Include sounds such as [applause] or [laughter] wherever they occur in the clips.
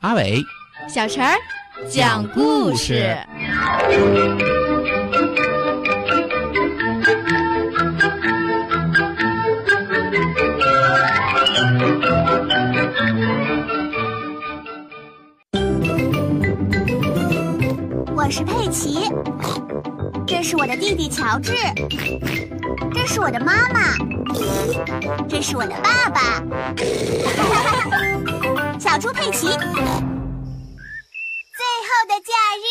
阿伟小陈儿讲故事。我是佩奇，这是我的弟弟乔治，这是我的妈妈，这是我的爸 [laughs] 爸，小猪佩奇。最后的假日，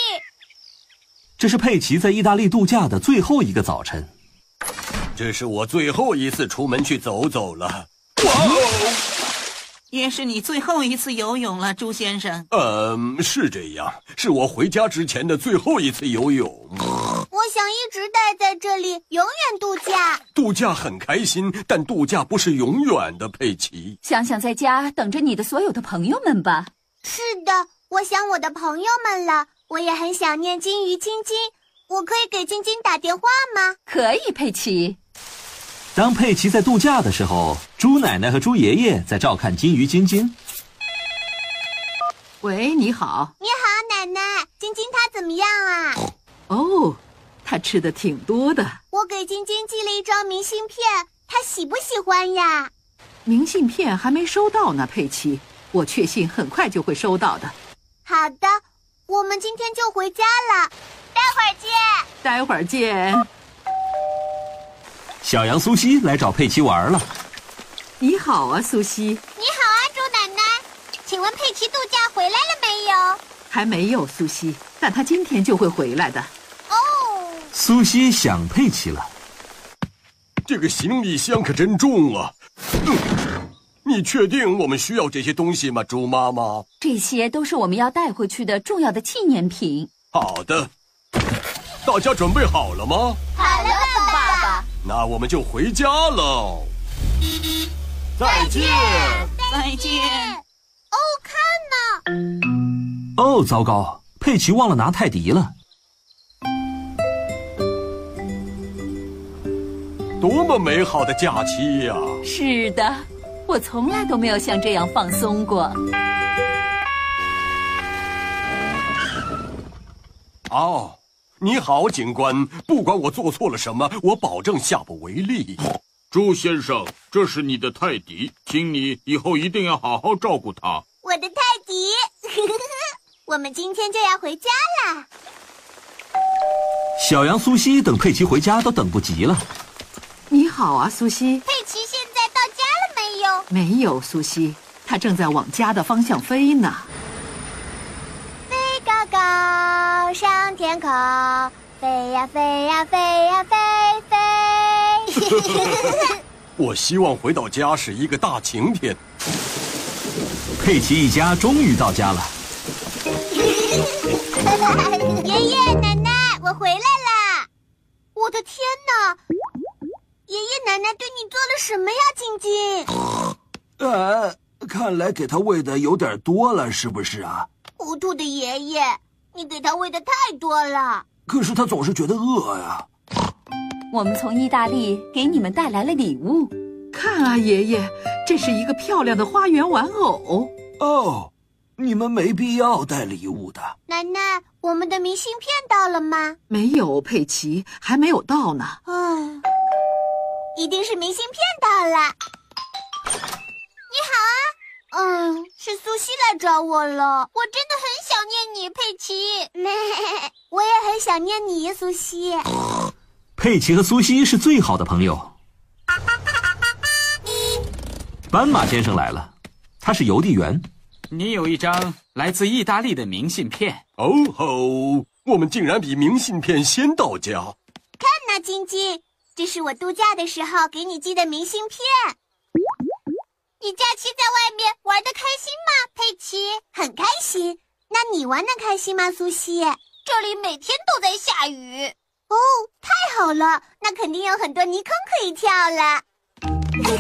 这是佩奇在意大利度假的最后一个早晨。这是我最后一次出门去走走了。也是你最后一次游泳了，朱先生。嗯，是这样，是我回家之前的最后一次游泳。我想一直待在这里，永远度假。度假很开心，但度假不是永远的，佩奇。想想在家等着你的所有的朋友们吧。是的，我想我的朋友们了，我也很想念金鱼晶晶。我可以给晶晶打电话吗？可以，佩奇。当佩奇在度假的时候，猪奶奶和猪爷爷在照看金鱼晶晶。喂，你好。你好，奶奶，晶晶她怎么样啊？哦，他吃的挺多的。我给晶晶寄了一张明信片，她喜不喜欢呀？明信片还没收到呢，佩奇。我确信很快就会收到的。好的，我们今天就回家了，待会儿见。待会儿见。小羊苏西来找佩奇玩了。你好啊，苏西。你好啊，猪奶奶，请问佩奇度假回来了没有？还没有，苏西，但他今天就会回来的。哦，苏西想佩奇了。这个行李箱可真重啊！嗯你确定我们需要这些东西吗，猪妈妈？这些都是我们要带回去的重要的纪念品。好的，大家准备好了吗？好了，爸爸。那我们就回家喽。再见。再见。哦，看呢，哦，糟糕，佩奇忘了拿泰迪了。多么美好的假期呀、是的，我从来都没有像这样放松过。哦，你好，警官。不管我做错了什么，我保证下不为例。朱先生，这是你的泰迪，请你以后一定要好好照顾它。我的泰迪。 [laughs] 我们今天就要回家啦。小羊苏西等佩奇回家都等不及了。你好啊，苏西。佩奇现在到家了没有？没有，苏西，他正在往家的方向飞呢。飞高高上天空，飞呀飞呀飞呀飞 [laughs] 飞。我希望回到家是一个大晴天。佩奇一家终于到家了。爷爷奶奶，我回来啦！我的天哪！爷爷奶奶对你做了什么呀，晶晶？呃，看来给它喂的有点多了，是不是啊？糊涂的爷爷，你给它喂的太多了。可是它总是觉得饿呀、我们从意大利给你们带来了礼物，看啊，爷爷，这是一个漂亮的花园玩偶。哦，你们没必要带礼物的。奶奶，我们的明信片到了吗？没有，佩奇还没有到呢。哎，一定是明信片到了。你好啊，嗯，是苏西来找我了。我真的很想念你，佩奇。 [laughs] 我也很想念你，苏西。佩奇和苏西是最好的朋友。斑马先生来了，他是邮递员。你有一张来自意大利的明信片，哦吼，我们竟然比明信片先到家。那晶晶，这是我度假的时候给你寄的明信片。你假期在外面玩的开心吗，佩奇？很开心。那你玩的开心吗，苏西？这里每天都在下雨。哦，太好了，那肯定有很多泥坑可以跳了。 [laughs]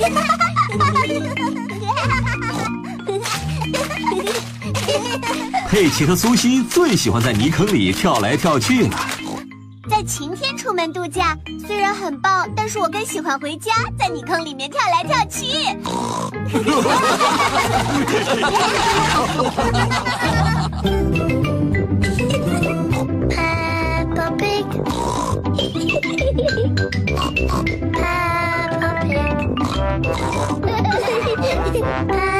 佩奇和苏西最喜欢在泥坑里跳来跳去了。在在晴天出门度假，虽然很棒，但是我更喜欢回家，在泥坑里面跳来跳去。Peppa Pig. Peppa Pig. Peppa Pig.